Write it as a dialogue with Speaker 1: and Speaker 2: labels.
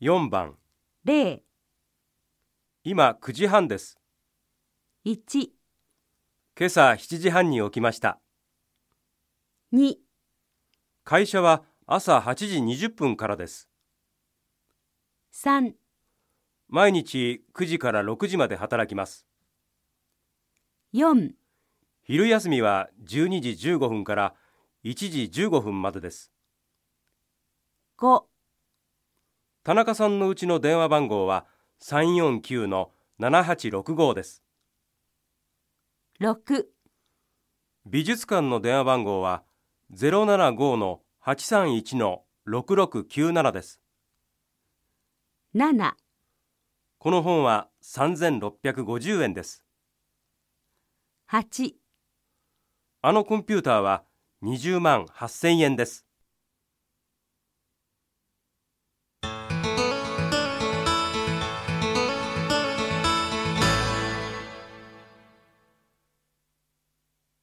Speaker 1: 4番
Speaker 2: 0、
Speaker 1: 今9時半です
Speaker 2: 1、
Speaker 1: 今朝7時半に起きました
Speaker 2: 2、
Speaker 1: 会社は朝8時20分からです
Speaker 2: 3、
Speaker 1: 毎日9時から6時まで働きます
Speaker 2: 4、
Speaker 1: 昼休みは12時15分から1時15分までです
Speaker 2: 5、
Speaker 1: 田中さんのうちの電話番号は349の7865です
Speaker 2: 6、
Speaker 1: 美術館の電話番号は075の831の6697です
Speaker 2: 7、
Speaker 1: この本は3650円です
Speaker 2: 8
Speaker 1: あのコンピューターは20万8000円です